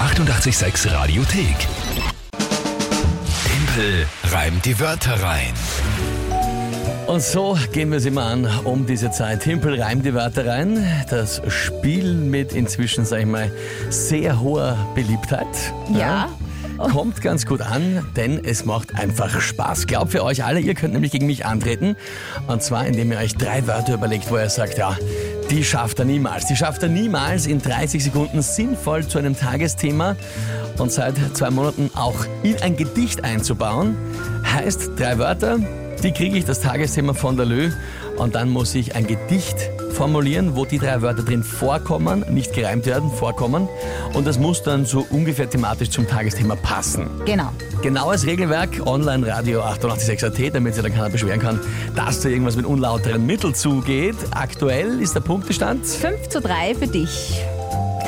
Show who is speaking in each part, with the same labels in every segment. Speaker 1: 886 Radiothek. Tempel reimt die Wörter rein.
Speaker 2: Und so gehen wir es immer an um diese Zeit. Himpel reimt die Wörter rein. Das Spiel mit inzwischen, sag ich mal, sehr hoher Beliebtheit.
Speaker 3: Ja.
Speaker 2: Kommt ganz gut an, denn es macht einfach Spaß. Glaubt für euch alle, ihr könnt nämlich gegen mich antreten. Und zwar, indem ihr euch drei Wörter überlegt, wo ihr sagt, ja, die schafft er niemals. Die schafft er niemals in 30 Sekunden sinnvoll zu einem Tagesthema und seit zwei Monaten auch in ein Gedicht einzubauen. Heißt drei Wörter, die kriege ich das Tagesthema von der Lö und dann muss ich ein Gedicht formulieren, wo die drei Wörter drin vorkommen, nicht gereimt werden, vorkommen. Und das muss dann so ungefähr thematisch zum Tagesthema passen.
Speaker 3: Genau.
Speaker 2: Genaues Regelwerk, online Radio 886.at, damit sich da keiner beschweren kann, dass da irgendwas mit unlauteren Mitteln zugeht. Aktuell ist der Punktestand,
Speaker 3: 5 zu 3 für dich.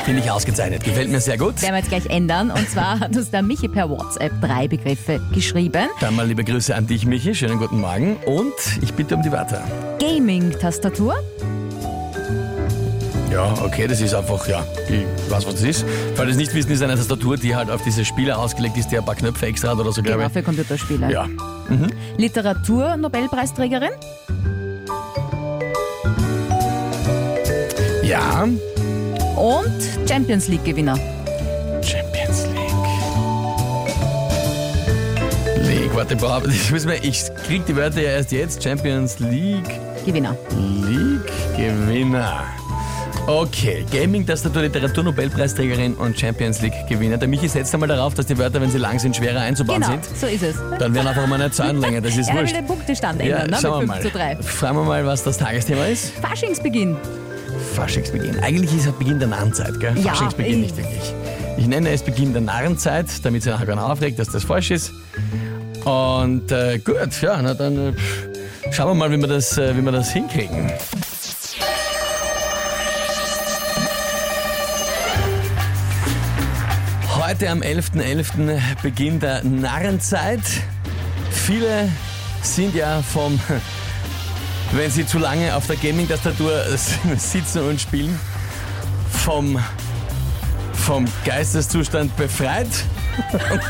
Speaker 2: finde ich ausgezeichnet, gefällt mir sehr gut.
Speaker 3: Werden wir jetzt gleich ändern. Und zwar hat uns der Michi per WhatsApp drei Begriffe geschrieben.
Speaker 2: Dann mal liebe Grüße an dich, Michi, schönen guten Morgen und ich bitte um die Wörter.
Speaker 3: Gaming-Tastatur,
Speaker 2: Ja, okay, das ist einfach, ja, ich weiß, was das ist. Falls ihr es nicht wissen, ist eine Tastatur, die halt auf diese Spiele ausgelegt ist, die ein paar Knöpfe extra hat oder so,
Speaker 3: genau
Speaker 2: glaube
Speaker 3: für Computerspiele.
Speaker 2: ich. Ja,
Speaker 3: Literatur-Nobelpreisträgerin,
Speaker 2: ja.
Speaker 3: und Champions League-Gewinner.
Speaker 2: Champions League. League, warte, boah, ich, muss mir, ich krieg die Wörter ja erst jetzt. Champions League,
Speaker 3: Gewinner.
Speaker 2: League Gewinner. Okay, Gaming-Tastatur, Literatur-Nobelpreisträgerin und Champions League-Gewinner. Der Michi setzt einmal darauf, dass die Wörter, wenn sie lang sind, schwerer einzubauen
Speaker 3: Genau,
Speaker 2: sind.
Speaker 3: so ist es.
Speaker 2: Dann werden einfach mal eine Zahnlänge, das ist
Speaker 3: Er will
Speaker 2: wurscht.
Speaker 3: den Punktestand ändern, ne?
Speaker 2: schauen
Speaker 3: Mit 5 zu
Speaker 2: wir
Speaker 3: 3.
Speaker 2: mal. Fragen wir mal, was das Tagesthema ist.
Speaker 3: Faschingsbeginn.
Speaker 2: Faschingsbeginn. Eigentlich ist es Beginn der Narrenzeit, gell?
Speaker 3: Ja, eh.
Speaker 2: Faschingsbeginn
Speaker 3: ich-
Speaker 2: nicht wirklich. Ich nenne es Beginn der Narrenzeit, damit sich nachher keiner aufregt, dass das falsch ist. Und äh, gut, ja, na dann äh, pff, schauen wir mal, wie wir das, äh, wie wir das hinkriegen. Heute am 11.11. Beginn der Narrenzeit. Viele sind ja vom wenn sie zu lange auf der Gaming-Tastatur sitzen und spielen, vom, vom Geisteszustand befreit. Und,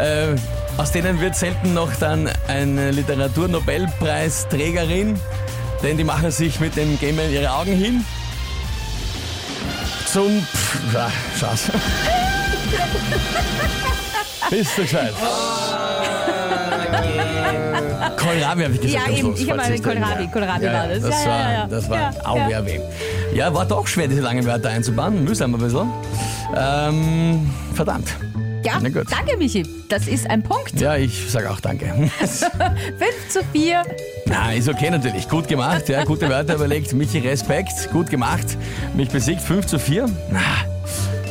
Speaker 2: äh, aus denen wird selten noch dann eine Literatur-Nobelpreisträgerin, denn die machen sich mit dem Gamer ihre Augen hin. Zum. Pff, ja, schau's. Bist du gescheit?
Speaker 3: Ah,
Speaker 2: Kohlrabi habe ich gesagt.
Speaker 3: Ja,
Speaker 2: am
Speaker 3: eben.
Speaker 2: Schluss,
Speaker 3: Ich habe
Speaker 2: falls
Speaker 3: mal
Speaker 2: ich's
Speaker 3: den
Speaker 2: denken, ja.
Speaker 3: Kohlrabi. Kohlrabi
Speaker 2: Ja, ja,
Speaker 3: war das.
Speaker 2: Das
Speaker 3: Ja,
Speaker 2: war,
Speaker 3: ja, ja.
Speaker 2: Das war
Speaker 3: Ja,
Speaker 2: auch
Speaker 3: ja.
Speaker 2: wer wem. Ja, war doch schwer, diese langen Wörter einzubauen. Mühsam ein bisschen. Ähm, verdammt.
Speaker 3: Ja,
Speaker 2: Na gut.
Speaker 3: danke Michi. Das ist ein Punkt.
Speaker 2: Ja, ich sage auch danke.
Speaker 3: 5 zu 4.
Speaker 2: Na, ist okay natürlich. Gut gemacht, ja. Gute Wörter überlegt. Michi, Respekt. Gut gemacht. Mich besiegt 5 zu 4. Na,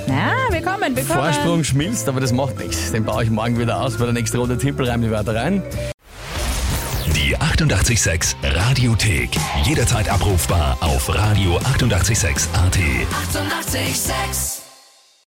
Speaker 3: Na, willkommen, willkommen.
Speaker 2: Vorsprung schmilzt, aber das macht nichts. Den baue ich morgen wieder aus bei der nächsten Runde. Tippel reim die Wörter rein.
Speaker 1: Die 886 Radiothek. Jederzeit abrufbar auf radio886.at. 886! 886.
Speaker 4: 886